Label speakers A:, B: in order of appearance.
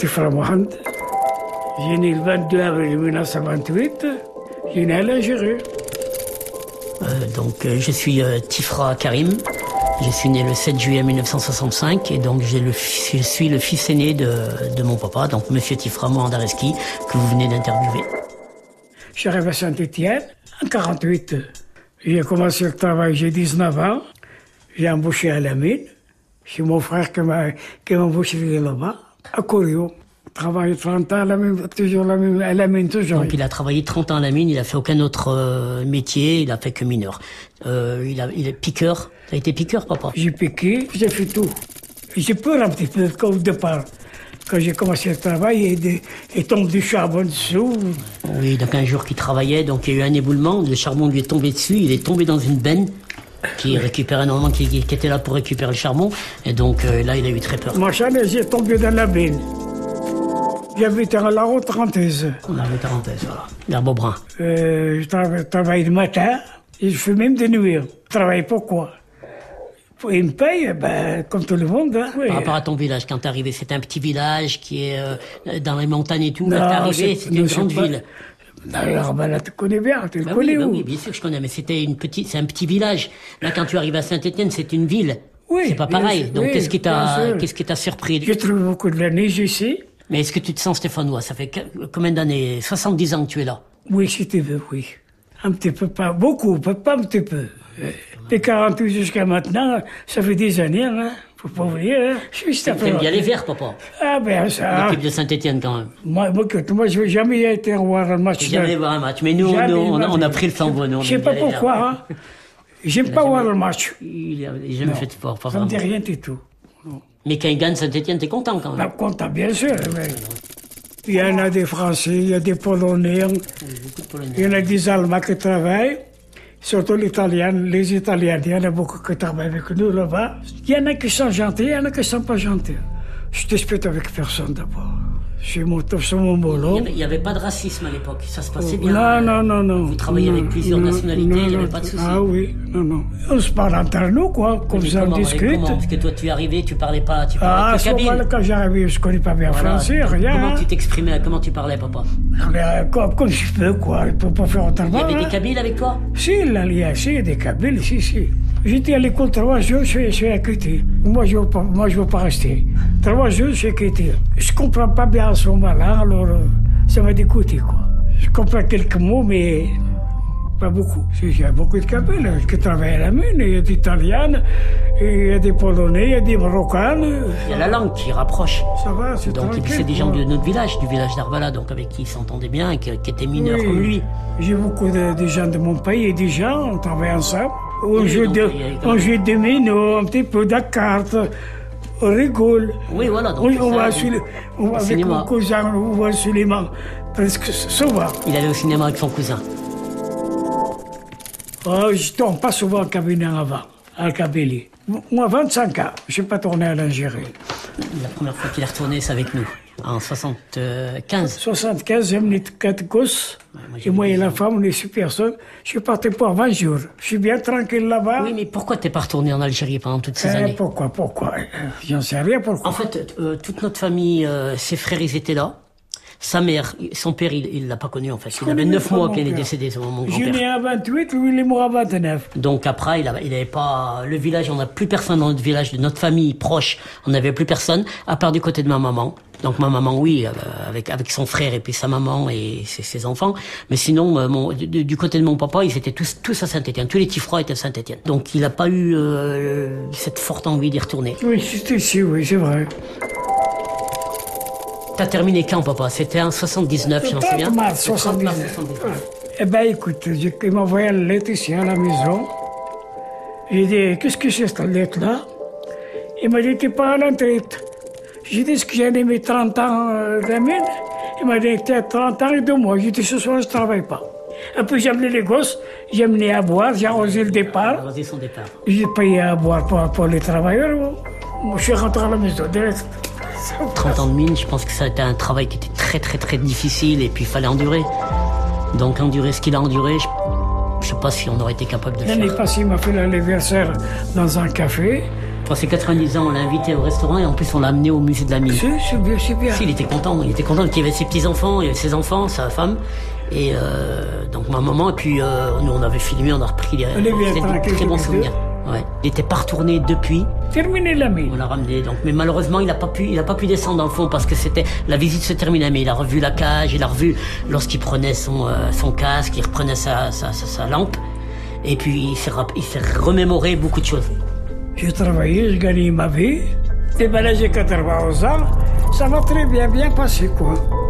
A: طفل مهندس جيني ال 22 avril 1928, je né à l'Algérie.
B: Euh, donc euh, je suis euh, Tifra Karim. Je suis né le 7 juillet 1965 et donc j'ai le fi- je suis le fils aîné de, de mon papa, donc Monsieur Tifra Mohandareski, que vous venez d'interviewer.
A: Je suis arrivé à Saint-Étienne en 48. J'ai commencé le travail, j'ai 19 ans. J'ai embauché à la mine. C'est mon frère qui m'a qui m'a embauché là-bas, à Corio. Travaillé 30 ans à la mine, toujours la mine, à la mine, toujours.
B: Donc il a travaillé 30 ans à la mine, il a fait aucun autre euh, métier, il a fait que mineur. Euh, il, a, il est piqueur, ça a été piqueur papa.
A: J'ai piqué, j'ai fait tout. J'ai peur un petit peu au départ. Quand j'ai commencé le travail, il, y a des- il tombe du charbon dessous.
B: Oui, donc un jour qu'il travaillait, donc il y a eu un éboulement, le charbon lui est tombé dessus, il est tombé dans une benne qui récupérait normalement, qui, qui- qui était là pour récupérer le charbon, et donc euh, là il a eu très peur.
A: Ma chaîne, j'ai tombé dans la mine. J'habitais à la haute rentaise.
B: On a le parenthèse, voilà, l'herbe au brun.
A: Euh, je trava- travaille le matin et je fais même de nuit. Je travaille pourquoi Ils me payent, ben, comme tout le monde. hein. Oui.
B: Par rapport à ton village, quand t'es arrivé, c'est un petit village qui est euh, dans les montagnes et tout.
A: Non,
B: Là, t'es arrivé,
A: Ah, c'est-
B: c'était une
A: non, c'est
B: grande
A: pas-
B: ville.
A: Non, Alors, ben là, tu connais bien, tu le
B: Bah oui,
A: connais
B: bah
A: où
B: oui, bien sûr que je connais, mais c'était une petite, c'est un petit village. Là, quand tu arrives à Saint-Étienne, c'est une ville.
A: Oui,
B: C'est pas
A: bien
B: pareil.
A: sûr,
B: Donc,
A: oui,
B: qu'est-ce qui t'a,
A: bien sûr.
B: qu'est-ce qui t'a surpris
A: J'ai trouvé beaucoup de la neige ici.
B: Mais est-ce que tu te sens stéphanois Ça fait que- combien d'années 70 ans que tu es là.
A: Oui, si tu veux, oui. Un petit peu, pas beaucoup, pas, pas un petit peu. Euh, Des 48 jusqu'à maintenant, ça fait des années, hein. Faut pas oublier, hein. Je suis
B: T'aimes
A: stéphanois.
B: bien les verts, papa.
A: Ah, ben, ça.
B: L'équipe de Saint-Étienne, quand même.
A: Moi, moi, écoute, moi, je n'ai jamais été voir un match.
B: J'ai jamais
A: de-
B: voir un match, mais nous,
A: Jamais
B: nous, on, a,
A: voir-
B: on a pris le flambeau. nous, on
A: Je sais
B: aime
A: pas
B: bien les verts.
A: pourquoi, hein. J'aime pas voir le match.
B: Il a il a jamais fait de sport, pas
A: Ça me
B: vraiment.
A: dit rien du tout.
B: Mais quand il gagne Saint-Étienne, t'es content quand
A: La
B: même.
A: compte, bien sûr. mais- Il y en a des Français, il y a des Polonais,
B: Beaucoup de Polonais.
A: il y en a des Allemands qui travaillent, surtout l'Italien, les Italiens. Il y en a beaucoup qui travaillent avec nous là-bas. Il y en a qui sont gentils, il y en a qui sont pas gentils. Je dispute avec personne d'abord. Je suis monté sur mon
B: Il
A: boulot.
B: n'y avait, il y avait pas de racisme à l'époque, ça se passait bien.
A: Non, non, non, non.
B: Vous travaillez
A: Non,
B: avec plusieurs
A: non,
B: nationalités, il n'y
A: non,
B: avait
A: non.
B: pas de souci.
A: Ah oui, non, non. On se parle entre nous, quoi, comme
B: Mais
A: ça on
B: comment, mais
A: discute.
B: comment Parce que toi, tu es arrivé, tu parlais pas, tu parlais
A: Ah, à
B: que
A: ce
B: kabyle.
A: moment-là, quand j'arrive, je connais pas bien
B: Voilà.
A: français,
B: Donc,
A: rien.
B: Comment
A: hein.
B: tu t'exprimais, comment tu parlais, papa
A: Mais, euh, comme, comme je peux, quoi. Je peux pas faire
B: Il y
A: autrement.
B: avait
A: hein.
B: des Kabyles avec toi
A: Si, là, il y a si, des Kabyles, si, si. J'étais à l'école trois jours, je suis, je suis acquitté. Moi, je veux pas, moi, je veux pas rester. Trois jours, je suis acquitté. Je comprends pas bien à ce moment-là, alors euh, ça m'a dégoûté, quoi. Je comprends quelques mots, mais pas beaucoup. Si, Il y a beaucoup de Kabyles euh, qui travaillent à la mine, il y a des Italiens, il y a des Polonais, il y a des Marocains. euh,
B: Il y a la langue qui rapproche.
A: Ça va, c'est
B: Donc, et puis, c'est des gens
A: quoi.
B: de notre village, du village d'Arvala, donc avec qui il s'entendait bien, et qui, qui étaient mineurs
A: Oui.
B: comme lui.
A: J'ai beaucoup de, de gens de mon pays et des gens, on travaille ensemble. On,
B: Oui,
A: joue,
B: donc,
A: de,
B: il y a eu quand
A: on
B: même-
A: joue des minots, un petit peu de cartes, on rigole.
B: Oui, voilà. Donc,
A: on,
B: tout
A: on
B: ça,
A: va,
B: il-
A: sur le- on va
B: au
A: avec
B: cinéma.
A: mon cousin, on va sur les mains, presque souvent.
B: Il allait au cinéma avec son cousin.
A: Oh, je ne tourne pas souvent en cabinet avant, à Kabylie. Moi, 25 ans, je n'ai pas tourné à l'Algérie.
B: La première fois qu'il est retourné, c'est avec nous, en 75.
A: 75, j'ai mené quatre gosses.
B: moi, j'ai
A: et moi
B: vu
A: et la femme, on est six personnes. Je suis parti pour 20 jours. Je suis bien tranquille là-bas.
B: Oui, mais pourquoi t'es pas retourné en Algérie pendant toutes ces
A: Euh,
B: années
A: pourquoi, pourquoi euh, J'en sais rien pourquoi.
B: En fait, euh, toute notre famille, euh, ses frères, ils étaient là. Sa mère, son père, il, il l'a pas connu en fait. Il avait
A: connais
B: neuf
A: pas
B: mois
A: mon
B: qu'elle est
A: père.
B: décédée, c'est mon
A: Je
B: grand-père.
A: n'ai à 28, lui il est mort à 29.
B: Donc après, il avait, il avait pas le village. On n'a plus personne dans notre village, de notre famille proche. On n'avait plus personne à part du côté de ma maman. Donc ma maman, oui, euh, avec avec son frère et puis sa maman et ses, ses enfants. Mais sinon, euh, mon- du, du côté de mon papa, ils étaient tous tous à Saint-Étienne. Tous les Tifrois étaient à Saint-Étienne. Donc il a pas eu euh, cette forte envie d'y retourner.
A: Oui, c'était ici, oui, c'est vrai.
B: T'as terminé quand, papa C'était en 79, je m'en souviens.
A: 30 mars
B: Le 30
A: 79.
B: mars 79.
A: Eh bien, écoute, je- il m'a envoyé une lettre ici à la maison. J'ai dit, qu'est-ce que c'est cette lettre-là Il m'a dit, t'es pas à la retraite. J'ai dit, ce que j'en ai mis 30 ans euh, de la mine Il m'a dit, t'as 30 ans et deux mois. J'ai dit, ce soir, je travaille pas. Et puis, j'ai amené les gosses, j'ai amené à boire, j'ai arrosé le départ.
B: Alors, c'est son départ.
A: J'ai payé à boire pour, pour les travailleurs. Moi, Je suis rentré à la maison direct.
B: 30 ans de mine, je pense que ça a été un travail qui était très très très difficile et puis il fallait endurer. Donc endurer ce qu'il a enduré, je, je sais pas si on aurait été capable de le
A: L'année
B: faire.
A: passée, il m'a fait l'anniversaire dans un café.
B: Pour ses 90 ans, on l'a invité au restaurant et en plus on l'a amené au musée de la mine.
A: Si, c'est bien, c'est bien.
B: Si, il était content, il était content qu'il y avait ses petits-enfants, il y avait ses enfants, sa femme. Et euh, donc ma maman, et puis euh, nous on avait filmé, on a repris les
A: est bien
B: c'était
A: par la
B: des très bons
A: culture.
B: souvenirs. Ouais. Il n'était pas retourné depuis,
A: Terminé la
B: on
A: mine.
B: l'a ramené donc. Mais malheureusement il n'a pas pu, il a pas pu descendre dans le fond parce que c'était la visite se terminait. Mais il a revu la cage, il a revu lorsqu'il prenait son euh, son casque, il reprenait sa sa, sa, sa lampe. Et puis il s'est rap- il s'est remémoré beaucoup de choses.
A: J'ai travaillé, j'ai gagné ma vie. Déménagé 91 ans, ça m'a très bien, bien passé, quoi.